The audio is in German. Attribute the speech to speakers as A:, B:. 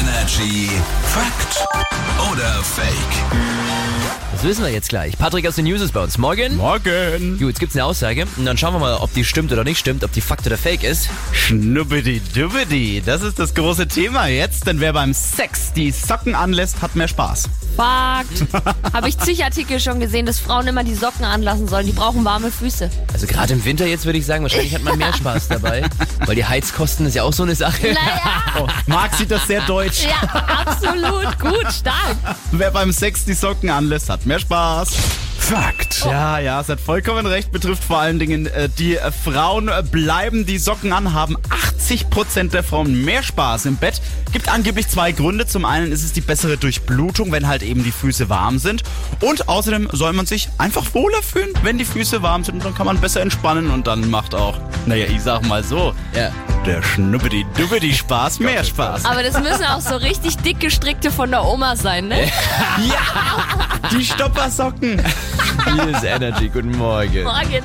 A: Energy Fakt oder Fake?
B: Das wissen wir jetzt gleich. Patrick aus den News ist bei uns. Morgen.
C: Morgen.
B: Gut, jetzt gibt's eine Aussage und dann schauen wir mal, ob die stimmt oder nicht stimmt, ob die Fakt oder Fake ist.
C: Schnubbidi dubbidi. Das ist das große Thema jetzt, denn wer beim Sex die Socken anlässt, hat mehr Spaß.
D: Fakt. Habe ich zig Artikel schon gesehen, dass Frauen immer die Socken anlassen sollen. Die brauchen warme Füße.
B: Also gerade im Winter jetzt würde ich sagen, wahrscheinlich hat man mehr Spaß dabei, weil die Heizkosten ist ja auch so eine Sache.
D: Naja,
C: Oh, Marc sieht das sehr deutsch.
D: ja, absolut. Gut, stark.
C: Wer beim Sex die Socken anlässt, hat mehr Spaß.
A: Fakt.
C: Ja, ja, es hat vollkommen recht. Betrifft vor allen Dingen äh, die äh, Frauen äh, bleiben die Socken an, haben 80% der Frauen mehr Spaß im Bett. Gibt angeblich zwei Gründe. Zum einen ist es die bessere Durchblutung, wenn halt eben die Füße warm sind. Und außerdem soll man sich einfach wohler fühlen, wenn die Füße warm sind. Dann kann man besser entspannen und dann macht auch, naja, ich sag mal so,
B: Ja.
C: der Schnuppidi-Duppidi Spaß mehr Spaß.
D: Aber das müssen auch so richtig dick gestrickte von der Oma sein, ne?
C: Ja, die Stoppersocken.
B: Hier ist Energy. Guten Morgen.
D: Morgen.